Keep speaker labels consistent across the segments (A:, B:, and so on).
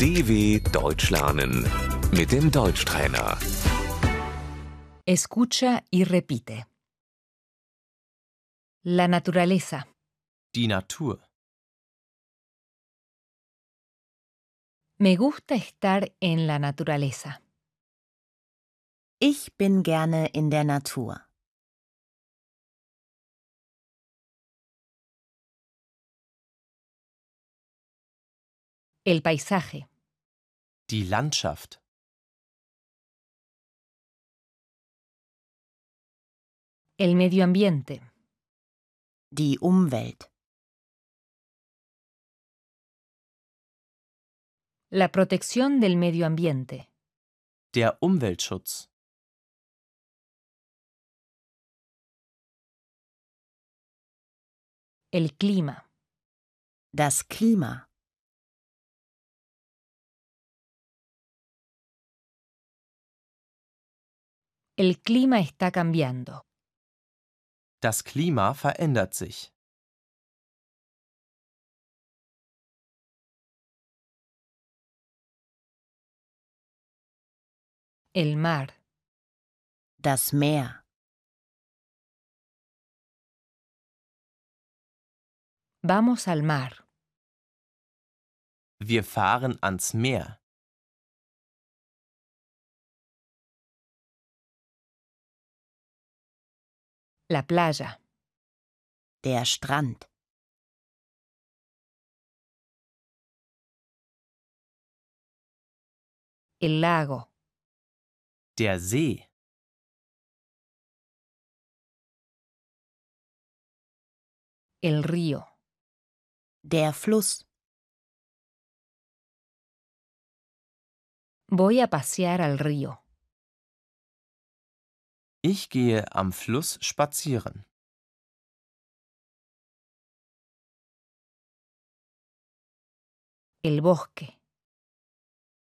A: DW Deutsch lernen mit dem Deutschtrainer.
B: Escucha y repite. La naturaleza,
C: Die Natur.
B: Me gusta estar en la naturaleza.
D: Ich bin gerne in der Natur.
B: El paisaje,
C: Die Landschaft.
B: el medio ambiente,
D: Die Umwelt.
B: la protección del medio ambiente,
C: Der Umweltschutz.
B: el clima,
D: Das Klima.
B: el clima está cambiando,
C: Das Klima verändert sich.
B: el mar,
D: Das Meer.
B: vamos al mar,
C: Wir fahren ans Meer.
B: la playa,
D: Der Strand.
B: el lago,
C: Der See.
B: el río,
D: Der Fluss.
B: voy a pasear al río,
C: Ich gehe am Fluss spazieren.
B: el bosque,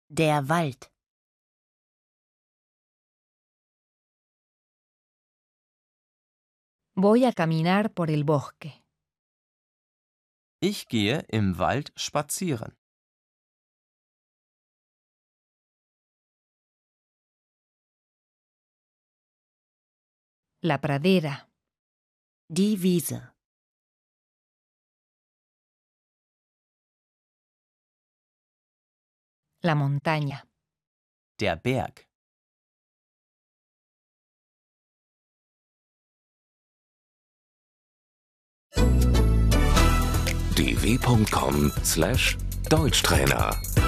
D: Der Wald.
B: voy a caminar por el bosque,
C: Ich gehe im Wald spazieren.
B: la pradera,
D: Die Wiese.
B: la montaña,
C: Der Berg.
A: dw.com/deutschtrainer